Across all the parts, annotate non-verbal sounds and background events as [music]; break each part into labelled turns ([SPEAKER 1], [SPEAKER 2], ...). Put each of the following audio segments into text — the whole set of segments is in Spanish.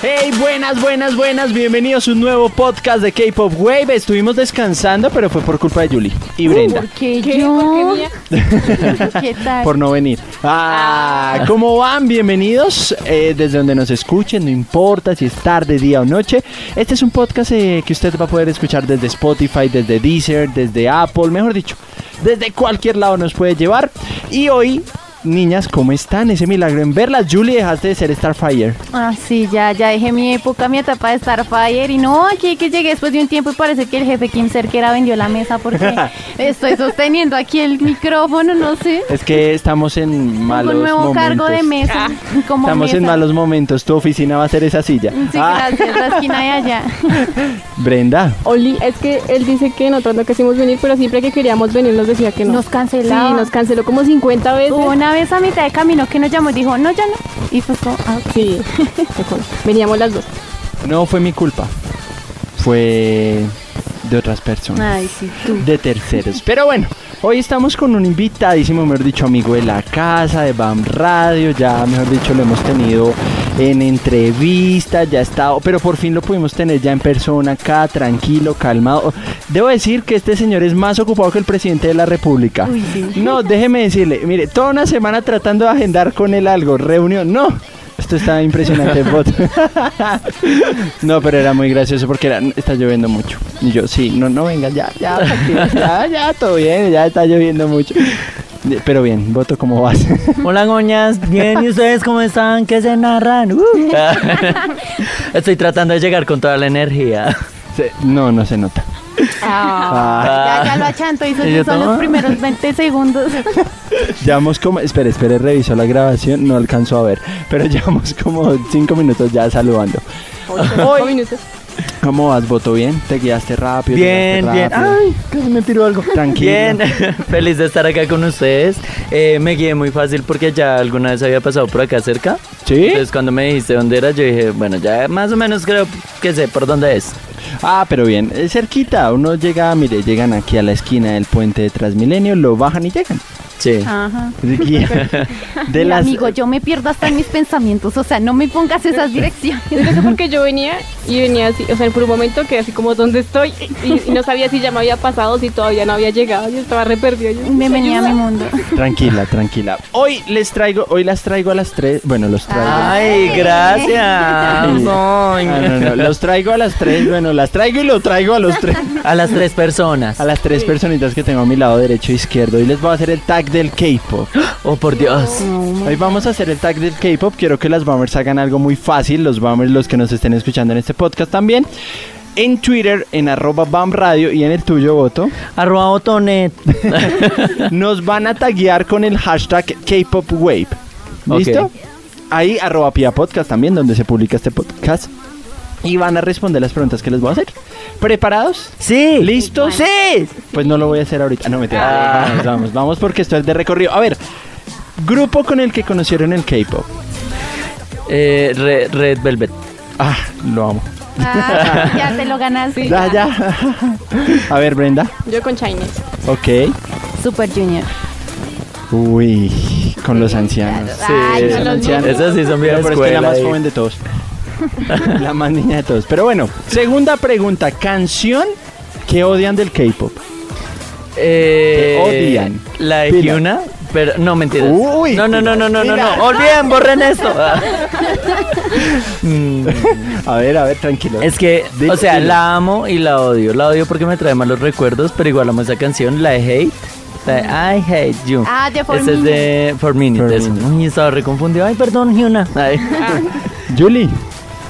[SPEAKER 1] Hey, buenas, buenas, buenas. Bienvenidos a un nuevo podcast de K-Pop Wave. Estuvimos descansando, pero fue por culpa de Julie y
[SPEAKER 2] Uh,
[SPEAKER 1] Brenda
[SPEAKER 2] ¿Qué? yo? [laughs] ¿Qué tal?
[SPEAKER 1] por no venir. Ah, ¿cómo van? Bienvenidos eh, desde donde nos escuchen, no importa si es tarde, día o noche. Este es un podcast eh, que usted va a poder escuchar desde Spotify, desde Deezer, desde Apple, mejor dicho, desde cualquier lado nos puede llevar. Y hoy, niñas, ¿cómo están? Ese milagro en verlas, Julie, dejaste de ser Starfire.
[SPEAKER 2] Ah, sí, ya, ya dejé mi época, mi etapa de Starfire. Y no, aquí que llegué después de un tiempo y parece que el jefe Kim Cerquera vendió la mesa porque estoy sosteniendo aquí el micrófono, no sé.
[SPEAKER 1] Es que estamos en malos
[SPEAKER 2] un nuevo
[SPEAKER 1] momentos.
[SPEAKER 2] cargo de mesa. Como
[SPEAKER 1] Estamos en
[SPEAKER 2] mesa.
[SPEAKER 1] malos momentos. Tu oficina va a ser esa silla.
[SPEAKER 2] Sí,
[SPEAKER 1] Ah,
[SPEAKER 2] gracias, la esquina de allá.
[SPEAKER 1] Brenda,
[SPEAKER 3] Oli, es que él dice que nosotros no quisimos venir, pero siempre que queríamos venir nos decía que no.
[SPEAKER 2] Nos
[SPEAKER 3] sí,
[SPEAKER 2] cancelaron.
[SPEAKER 3] nos canceló como 50 veces.
[SPEAKER 2] Hubo una vez a mitad de camino que nos llamó y dijo, no, ya no. Y fue como, ah, ok.
[SPEAKER 3] Sí, [laughs] me acuerdo. veníamos las dos.
[SPEAKER 1] no fue mi culpa. Fue de otras personas.
[SPEAKER 2] Ay, sí, tú.
[SPEAKER 1] De terceros. Pero bueno, hoy estamos con un invitadísimo, mejor dicho, amigo de la casa, de BAM Radio. Ya, mejor dicho, lo hemos tenido en entrevistas, ya ha estado. Pero por fin lo pudimos tener ya en persona acá, tranquilo, calmado. Debo decir que este señor es más ocupado que el presidente de la República.
[SPEAKER 2] Uy, sí.
[SPEAKER 1] No, déjeme decirle, mire, toda una semana tratando de agendar con él algo, reunión, no. Esto está impresionante, bot. no, pero era muy gracioso porque era, está lloviendo mucho. Y yo, sí, no, no venga, ya, ya, tranquilo, ya, ya, todo bien, ya está lloviendo mucho. Eh, Pero bien, voto como vas. [laughs]
[SPEAKER 4] Hola goñas, bien, ¿y ustedes cómo están? ¿Qué se narran? Uh. Estoy tratando de llegar con toda la energía.
[SPEAKER 1] Se- No, no se nota. Ah,
[SPEAKER 2] Ya, ya lo achanto, hizo
[SPEAKER 4] ¿Y yo
[SPEAKER 2] son los
[SPEAKER 4] tomo?
[SPEAKER 2] primeros 20 segundos.
[SPEAKER 1] ya vamos como, espere, espere, revisó la grabación, no alcanzó a ver, pero [laughs] llevamos como cinco minutos ya saludando.
[SPEAKER 3] Ocho minutos.
[SPEAKER 1] ¿Cómo vas, Voto? ¿Bien? ¿Te guiaste rápido?
[SPEAKER 4] Bien,
[SPEAKER 1] llegaste
[SPEAKER 4] bien.
[SPEAKER 1] rápido?
[SPEAKER 4] Ay,
[SPEAKER 1] casi me tiró algo. Tranquilo.
[SPEAKER 4] Bien, [laughs] feliz de estar acá con ustedes. Eh, me guié muy fácil porque ya alguna vez había pasado por acá cerca.
[SPEAKER 1] ¿Sí?
[SPEAKER 4] Entonces cuando me dijiste dónde era, yo dije, bueno, ya más o menos creo que sé por dónde es.
[SPEAKER 1] Ah, pero bien. Es cerquita. Uno llega, mire, llegan aquí a la esquina del puente de Transmilenio, lo bajan y llegan.
[SPEAKER 4] Sí.
[SPEAKER 2] Ajá.
[SPEAKER 1] De aquí- de
[SPEAKER 2] Mira,
[SPEAKER 1] las- eh,
[SPEAKER 2] Amigo, yo me pierdo hasta en mis pensamientos, o sea, no me pongas [laughs] esas direcciones.
[SPEAKER 3] Eso porque yo venía y venía así, o sea, por un momento que así como, ¿dónde estoy? Y, y no sabía si ya me había pasado, si todavía no había llegado, yo estaba re perdido. Yo,
[SPEAKER 2] Me venía a mi mundo.
[SPEAKER 1] Tranquila, tranquila. Hoy les traigo, hoy las traigo a las tres. Bueno, los traigo.
[SPEAKER 2] Ah,
[SPEAKER 4] Ay, gracias.
[SPEAKER 1] Ah, no, no, los traigo a las tres. Bueno, las traigo y lo traigo a los tres.
[SPEAKER 4] A las tres personas.
[SPEAKER 1] A las tres personitas que tengo a mi lado derecho e izquierdo. Y les voy a hacer el tag del K-pop.
[SPEAKER 4] Oh, por Dios.
[SPEAKER 1] Hoy vamos a hacer el tag del K-pop. Quiero que las bombers hagan algo muy fácil. Los bombers, los que nos estén escuchando en este podcast también. En Twitter, en arroba BAM Radio y en el tuyo, voto,
[SPEAKER 4] Arroba Otonet.
[SPEAKER 1] nos van a taguear con el hashtag K-Pop Wave.
[SPEAKER 4] Ok.
[SPEAKER 1] ¿Listo? Ahí, arroba Pia Podcast también, donde se publica este podcast. Y van a responder las preguntas que les voy a hacer. ¿Preparados?
[SPEAKER 4] Sí.
[SPEAKER 1] ¿Listos?
[SPEAKER 4] Sí.
[SPEAKER 1] Pues no lo voy a hacer ahorita. No, me
[SPEAKER 4] Ah.
[SPEAKER 1] Vamos, vamos, vamos, porque esto es de recorrido. A ver, grupo con el que conocieron el K-Pop.
[SPEAKER 4] Eh, Re- Red Velvet.
[SPEAKER 1] Ah, lo amo.
[SPEAKER 2] [laughs] Ah, [laughs] ya te lo ganaste.
[SPEAKER 1] Ya, ya. [laughs] A ver, Brenda.
[SPEAKER 3] yo con Chinese.
[SPEAKER 1] Ok.
[SPEAKER 2] Super Junior.
[SPEAKER 1] Uy, con los ancianos.
[SPEAKER 2] Sí, Ay,
[SPEAKER 1] Los
[SPEAKER 2] con los
[SPEAKER 1] ancianos.
[SPEAKER 2] niños.
[SPEAKER 4] Esas sí son bien
[SPEAKER 1] Pero, pero es que es la
[SPEAKER 4] escuela,
[SPEAKER 1] más
[SPEAKER 4] eh.
[SPEAKER 1] joven de todos. [laughs] La más niña de todos. Pero bueno, segunda pregunta. Canción que odian del K-pop.
[SPEAKER 4] Eh,
[SPEAKER 1] Te odian.
[SPEAKER 4] La de
[SPEAKER 1] Pila.
[SPEAKER 4] Hyuna, pero no mentira.
[SPEAKER 1] Uy,
[SPEAKER 4] no, no, no, no, no, no,
[SPEAKER 1] pila.
[SPEAKER 4] no. Olviden,
[SPEAKER 1] [laughs]
[SPEAKER 4] borren esto. Ah. Mm,
[SPEAKER 1] A ver, a ver, tranquilo.
[SPEAKER 4] es que,
[SPEAKER 1] Di-
[SPEAKER 4] o sea,
[SPEAKER 1] dilo.
[SPEAKER 4] la amo y la odio. La odio porque me trae malos recuerdos, pero igual amo esa canción, la de Hate. La
[SPEAKER 1] Mm.
[SPEAKER 4] de I hate you.
[SPEAKER 2] Ah, de For
[SPEAKER 4] Esa es de For Minute.
[SPEAKER 1] For
[SPEAKER 4] eso.
[SPEAKER 1] Minute. Ah.
[SPEAKER 4] Uy, estaba reconfundido. Ay, perdón, Hyuna. Ay.
[SPEAKER 1] Julie.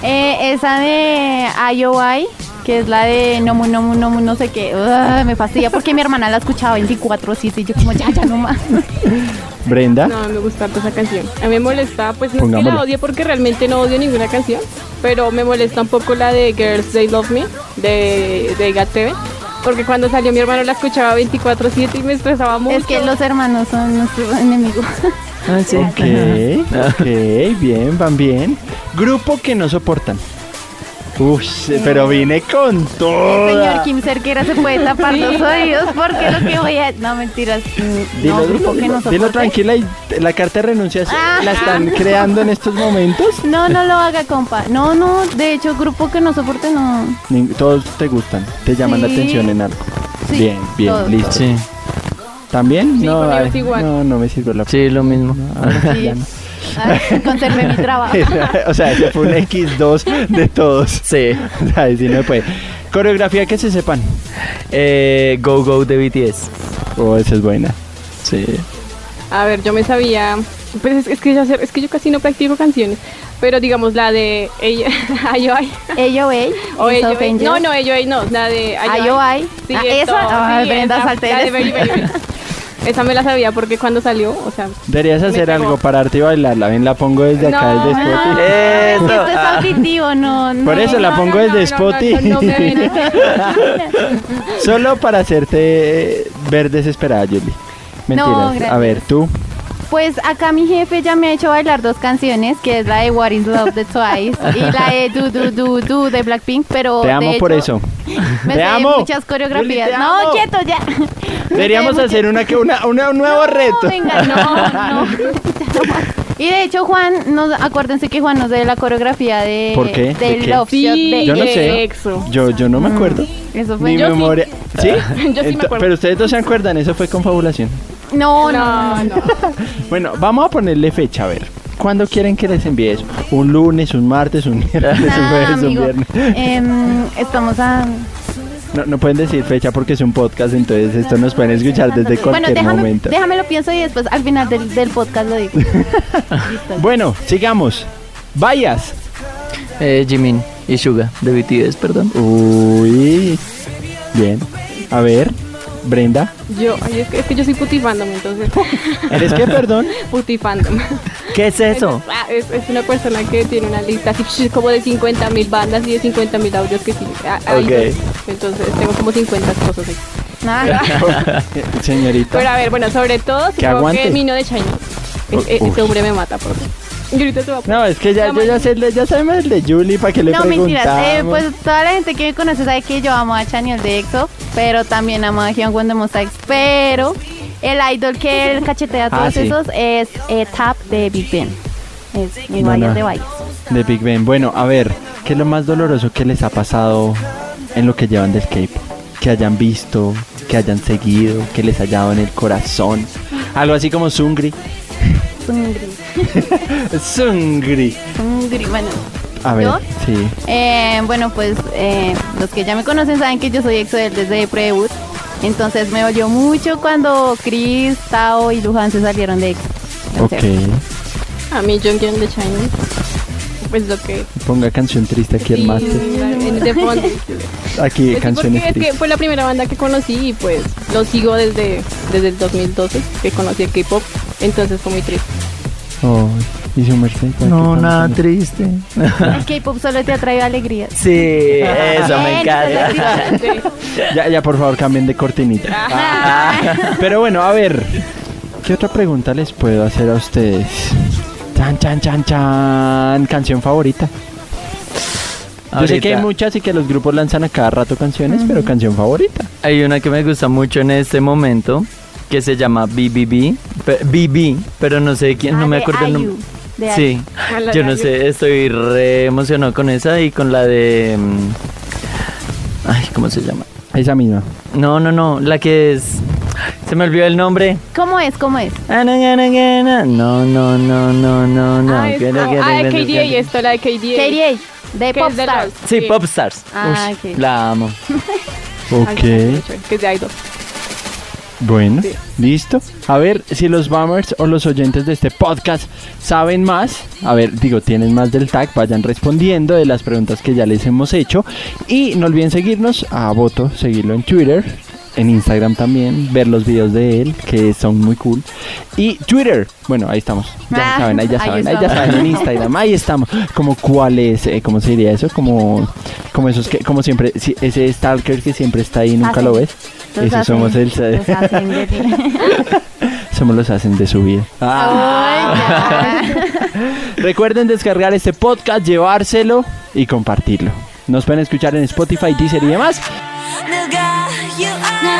[SPEAKER 2] Eh, esa de IOI, que es la de no mu, no mu, no mu, no sé qué. Ugh, me fastidia porque mi hermana la escuchaba 24-7 y yo como ya, ya no [laughs] más.
[SPEAKER 1] Brenda.
[SPEAKER 3] No, me gusta harto esa canción. A mí me molesta, pues no es que
[SPEAKER 1] Pongámosla.
[SPEAKER 3] la odio porque realmente no odio ninguna canción, pero me molesta un poco la de Girls They Love Me de, de GATV, porque cuando salió mi hermano la escuchaba 24/7 y me estresaba mucho.
[SPEAKER 2] Es que los hermanos son nuestros enemigos.
[SPEAKER 4] Ay, sí.
[SPEAKER 1] Ok, ok, bien, van bien. Grupo que no soportan. Uy, pero vine con todo.
[SPEAKER 2] [laughs] Señor Kim Cerquera se puede tapar los oídos porque lo que voy a... No, mentiras. mm,
[SPEAKER 1] Dilo,
[SPEAKER 2] no,
[SPEAKER 1] dilo,
[SPEAKER 2] grupo que
[SPEAKER 1] dilo,
[SPEAKER 2] no
[SPEAKER 1] dilo
[SPEAKER 2] soporte.
[SPEAKER 1] tranquila y la carta de renuncia se-
[SPEAKER 2] Ah.
[SPEAKER 1] la están creando en estos momentos.
[SPEAKER 2] No, no lo haga, compa. No, no, de hecho, grupo que no
[SPEAKER 1] [laughs]
[SPEAKER 2] soporte, no.
[SPEAKER 1] Ning- Todos te gustan, te llaman la
[SPEAKER 2] Sí.
[SPEAKER 1] atención en algo.
[SPEAKER 2] Sí,
[SPEAKER 1] bien, bien,
[SPEAKER 2] todos,
[SPEAKER 1] listo.
[SPEAKER 4] Sí,
[SPEAKER 1] ¿También?
[SPEAKER 3] Sí,
[SPEAKER 1] no,
[SPEAKER 3] conmigo
[SPEAKER 1] ay,
[SPEAKER 3] es igual.
[SPEAKER 1] no, no me sirve la
[SPEAKER 4] sí, lo mismo.
[SPEAKER 1] Ah.
[SPEAKER 2] Sí. Ay, conserve
[SPEAKER 1] [laughs]
[SPEAKER 2] mi trabajo.
[SPEAKER 1] [laughs] o sea, ese fue un X2 de todos.
[SPEAKER 4] Sí.
[SPEAKER 1] [laughs] O sea, si no puede. Coreografía que se sepan.
[SPEAKER 4] Eh, go Go de BTS.
[SPEAKER 1] Oh, esa es buena.
[SPEAKER 4] Sí.
[SPEAKER 3] A ver, yo me sabía. Pues es, es que yo, es que yo casi no practico canciones. Pero digamos la de ella, [laughs] IOI.
[SPEAKER 2] Ello, ey.
[SPEAKER 3] O
[SPEAKER 2] Ace of
[SPEAKER 3] AOI.
[SPEAKER 2] Angels.
[SPEAKER 3] No, no, AOI no. La de
[SPEAKER 2] IOI.
[SPEAKER 3] Sí,
[SPEAKER 2] Ah,
[SPEAKER 3] esto,
[SPEAKER 2] esa. Ay,
[SPEAKER 3] sí,
[SPEAKER 2] Brenda
[SPEAKER 3] esa,
[SPEAKER 2] Salteres.
[SPEAKER 3] la de Very, Very, Very. Esa me la sabía porque cuando salió, o sea.
[SPEAKER 1] Deberías
[SPEAKER 3] Me
[SPEAKER 1] hacer
[SPEAKER 3] pegó.
[SPEAKER 1] algo, pararte y bailarla. Ven, la pongo desde acá,
[SPEAKER 3] No,
[SPEAKER 1] desde
[SPEAKER 3] no.
[SPEAKER 1] Spotify.
[SPEAKER 2] Ah,
[SPEAKER 4] Eso.
[SPEAKER 2] es que Esto es
[SPEAKER 4] Ah.
[SPEAKER 2] auditivo, no. no.
[SPEAKER 1] Por eso la pongo desde Spotify.
[SPEAKER 3] No,
[SPEAKER 1] [laughs]
[SPEAKER 3] no, me ven.
[SPEAKER 1] Solo para hacerte eh, ver desesperada, Julie.
[SPEAKER 2] No,
[SPEAKER 1] Mentiras.
[SPEAKER 2] gracias.
[SPEAKER 1] a ver, tú.
[SPEAKER 2] Pues acá mi jefe ya me ha hecho bailar dos canciones, que es la de What is Love
[SPEAKER 1] [laughs]
[SPEAKER 2] de Twice y la de Do Do Do Do de Blackpink, pero
[SPEAKER 1] Te
[SPEAKER 2] Oh, de
[SPEAKER 1] amo por
[SPEAKER 2] hecho,
[SPEAKER 1] eso.
[SPEAKER 2] Me
[SPEAKER 1] Te
[SPEAKER 2] sé
[SPEAKER 1] amo.
[SPEAKER 2] muchas coreografías.
[SPEAKER 1] Juli, te amo.
[SPEAKER 2] no, quieto ya.
[SPEAKER 1] Deberíamos hacer una, que- una, una- un nuevo reto.
[SPEAKER 2] No,
[SPEAKER 1] [laughs]
[SPEAKER 2] venga, no, no. Y de hecho Juan, no, acuérdense que Juan nos de la coreografía de
[SPEAKER 1] ¿Por qué?
[SPEAKER 2] del
[SPEAKER 1] ¿De qué?
[SPEAKER 2] Love Shot de
[SPEAKER 1] Yo no sé.
[SPEAKER 3] eh, EXO.
[SPEAKER 1] Yo, yo no me acuerdo.
[SPEAKER 2] Eso fue.
[SPEAKER 1] Ni
[SPEAKER 3] Yo sí.
[SPEAKER 1] memoria. ¿Sí?
[SPEAKER 3] Yo sí me
[SPEAKER 1] Ento-
[SPEAKER 3] acuerdo.
[SPEAKER 1] Pero ustedes no se acuerdan, eso fue confabulación.
[SPEAKER 2] No, no.
[SPEAKER 3] No, no.
[SPEAKER 1] Bueno, vamos a ponerle fecha, a ver. ¿Cuándo quieren que les envíe eso? ¿Un lunes, un martes, un [laughs] miércoles, un
[SPEAKER 2] Nada,
[SPEAKER 1] jueves, un
[SPEAKER 2] Ah, amigo.
[SPEAKER 1] viernes?
[SPEAKER 2] Em, estamos a
[SPEAKER 1] No, no pueden decir fecha porque es un podcast, entonces esto nos pueden escuchar desde
[SPEAKER 2] Bueno,
[SPEAKER 1] cualquier
[SPEAKER 2] déjame,
[SPEAKER 1] momento.
[SPEAKER 2] déjame lo pienso y después al final del, del podcast lo digo.
[SPEAKER 1] [laughs]
[SPEAKER 2] Listo.
[SPEAKER 1] Bueno, sigamos. Vayas.
[SPEAKER 4] Eh, Jimin y Suga de BTS, perdón.
[SPEAKER 1] Uy. Bien. A ver, Brenda.
[SPEAKER 3] Yo, ay, es, que, es que yo soy putifandom, entonces. [laughs]
[SPEAKER 1] ¿Eres qué, perdón?
[SPEAKER 3] putifandom.
[SPEAKER 4] ¿Qué es eso?
[SPEAKER 3] Ah, Es, es una persona que tiene una lista así como de 50 mil bandas y de 50 mil audios que sí. ah, ah,
[SPEAKER 4] Ok.
[SPEAKER 3] Entonces tengo como 50 cosas ahí.
[SPEAKER 2] Nada.
[SPEAKER 1] [laughs] Señorita.
[SPEAKER 3] Pero a ver, bueno, sobre todo, supongo
[SPEAKER 1] aguante.
[SPEAKER 3] que Mino de Shiny.
[SPEAKER 1] U-
[SPEAKER 3] Ese,
[SPEAKER 1] uy.
[SPEAKER 3] ese hombre me mata, por favor. Y ahorita te va a
[SPEAKER 1] No, es que ya, yo ya sé, ya sabemos el de Julie para que le
[SPEAKER 2] No, mentiras. Eh,
[SPEAKER 1] preguntamos.
[SPEAKER 2] pues toda la gente que me conoce sabe que yo amo a Chaniel de EXO, pero también amo a Hyun de Mosaix. Pero el idol
[SPEAKER 1] [laughs]
[SPEAKER 2] que él cachetea a todos
[SPEAKER 1] Ah, sí.
[SPEAKER 2] esos es eh, Tap de Big Ben. Es mi
[SPEAKER 1] No,
[SPEAKER 2] Bayas
[SPEAKER 1] no.
[SPEAKER 2] de Bayas.
[SPEAKER 1] De Big Ben. Bueno, a ver, ¿qué es lo más doloroso que les ha pasado en lo que llevan del K-pop? Que hayan visto, que hayan seguido, que les haya dado en el corazón. Algo así como Sungri.
[SPEAKER 2] Sungri.
[SPEAKER 1] [laughs] Sungri.
[SPEAKER 2] Sungri, Bueno,
[SPEAKER 1] A ver,
[SPEAKER 2] ¿Yo?
[SPEAKER 1] sí.
[SPEAKER 2] Eh, bueno, pues eh, los que ya me conocen saben que yo soy EXO del- desde pre-debut. Entonces me dolió mucho cuando Chris, Tao y Luján se salieron de EXO.
[SPEAKER 1] Ok.
[SPEAKER 2] Entonces,
[SPEAKER 3] A mí Jonghyun de Shiny. Pues lo que...
[SPEAKER 1] Ponga canción triste aquí el máster.
[SPEAKER 3] en- de fondo.
[SPEAKER 1] Aquí,
[SPEAKER 3] Pues sí,
[SPEAKER 1] canciones
[SPEAKER 3] porque es que
[SPEAKER 1] tristes.
[SPEAKER 3] fue la primera banda que conocí y pues lo sigo desde, desde el 2012 que conocí el K-pop, entonces fue muy triste.
[SPEAKER 1] Oh, y su merced. ¿para qué
[SPEAKER 4] No,
[SPEAKER 1] estamos
[SPEAKER 4] nada
[SPEAKER 1] hablando?
[SPEAKER 4] triste.
[SPEAKER 2] El K-pop solo te ha traído alegrías. [laughs]
[SPEAKER 4] Sí, eso me
[SPEAKER 2] Ven,
[SPEAKER 4] encanta.
[SPEAKER 2] entonces, sí.
[SPEAKER 1] Ya, ya, por favor, cambien de cortinita. Ah. Pero bueno, a ver. ¿Qué otra pregunta les puedo hacer a ustedes? Chan, chan, chan, chan. Canción favorita. Yo sé que hay
[SPEAKER 4] Ahorita.
[SPEAKER 1] muchas y que los grupos lanzan a cada rato canciones, pero canción favorita.
[SPEAKER 4] Hay una que me gusta mucho en este momento que se llama BBB, pe- BB, pero no sé quién,
[SPEAKER 2] Ah,
[SPEAKER 4] no me
[SPEAKER 2] de
[SPEAKER 4] acuerdo el
[SPEAKER 2] IU,
[SPEAKER 4] nombre.
[SPEAKER 2] de
[SPEAKER 4] Sí,
[SPEAKER 3] Ah, la
[SPEAKER 4] yo
[SPEAKER 3] de
[SPEAKER 4] no
[SPEAKER 3] IU.
[SPEAKER 4] sé, estoy re emocionado con esa y con la de... mm, Ay, ¿cómo se llama?
[SPEAKER 1] Esa misma.
[SPEAKER 4] No, no, no, la que es... Se me olvidó el nombre.
[SPEAKER 2] ¿Cómo es? ¿Cómo es?
[SPEAKER 4] Ah, na, na, na, na, na. No, no, no, no, no, no.
[SPEAKER 3] Ah, es
[SPEAKER 4] Que-
[SPEAKER 3] como-
[SPEAKER 4] que-
[SPEAKER 3] ah,
[SPEAKER 4] que-
[SPEAKER 3] KDA
[SPEAKER 4] que-
[SPEAKER 3] esto, la de KDA.
[SPEAKER 2] KDA, de
[SPEAKER 3] que es de
[SPEAKER 2] Popstars.
[SPEAKER 3] los-
[SPEAKER 4] Sí, Popstars.
[SPEAKER 2] Ah,
[SPEAKER 4] Uy,
[SPEAKER 2] ok.
[SPEAKER 4] La amo.
[SPEAKER 1] Ok,
[SPEAKER 3] Que es de idol.
[SPEAKER 1] bueno, listo. A ver si los bummers o los oyentes de este podcast saben más. A ver, digo, tienen más del tag, vayan respondiendo de las preguntas que ya les hemos hecho. Y no olviden seguirnos a Boto, seguirlo en Twitter, en Instagram también, ver los videos de él, que son muy cool. Y Twitter, bueno, ahí estamos. Ya
[SPEAKER 2] Ah,
[SPEAKER 1] saben, ahí ya
[SPEAKER 2] ahí
[SPEAKER 1] saben, ahí ya
[SPEAKER 2] estamos.
[SPEAKER 1] saben, en Instagram, ahí estamos. Como cuál es, eh, ¿cómo se diría eso? Como, como esos que, como siempre, si- ese stalker que siempre está ahí y nunca
[SPEAKER 2] Hacen.
[SPEAKER 1] lo ves.
[SPEAKER 2] Ah, Los
[SPEAKER 1] Esos
[SPEAKER 2] hacen-
[SPEAKER 1] somos el, eh,
[SPEAKER 2] los hacen de-
[SPEAKER 1] somos los hacen de su vida. Ah.
[SPEAKER 2] Ay, ya.
[SPEAKER 3] Ah.
[SPEAKER 1] Recuerden descargar este podcast, llevárselo y compartirlo. Nos pueden escuchar en Spotify, Deezer y demás.
[SPEAKER 5] 누가 you are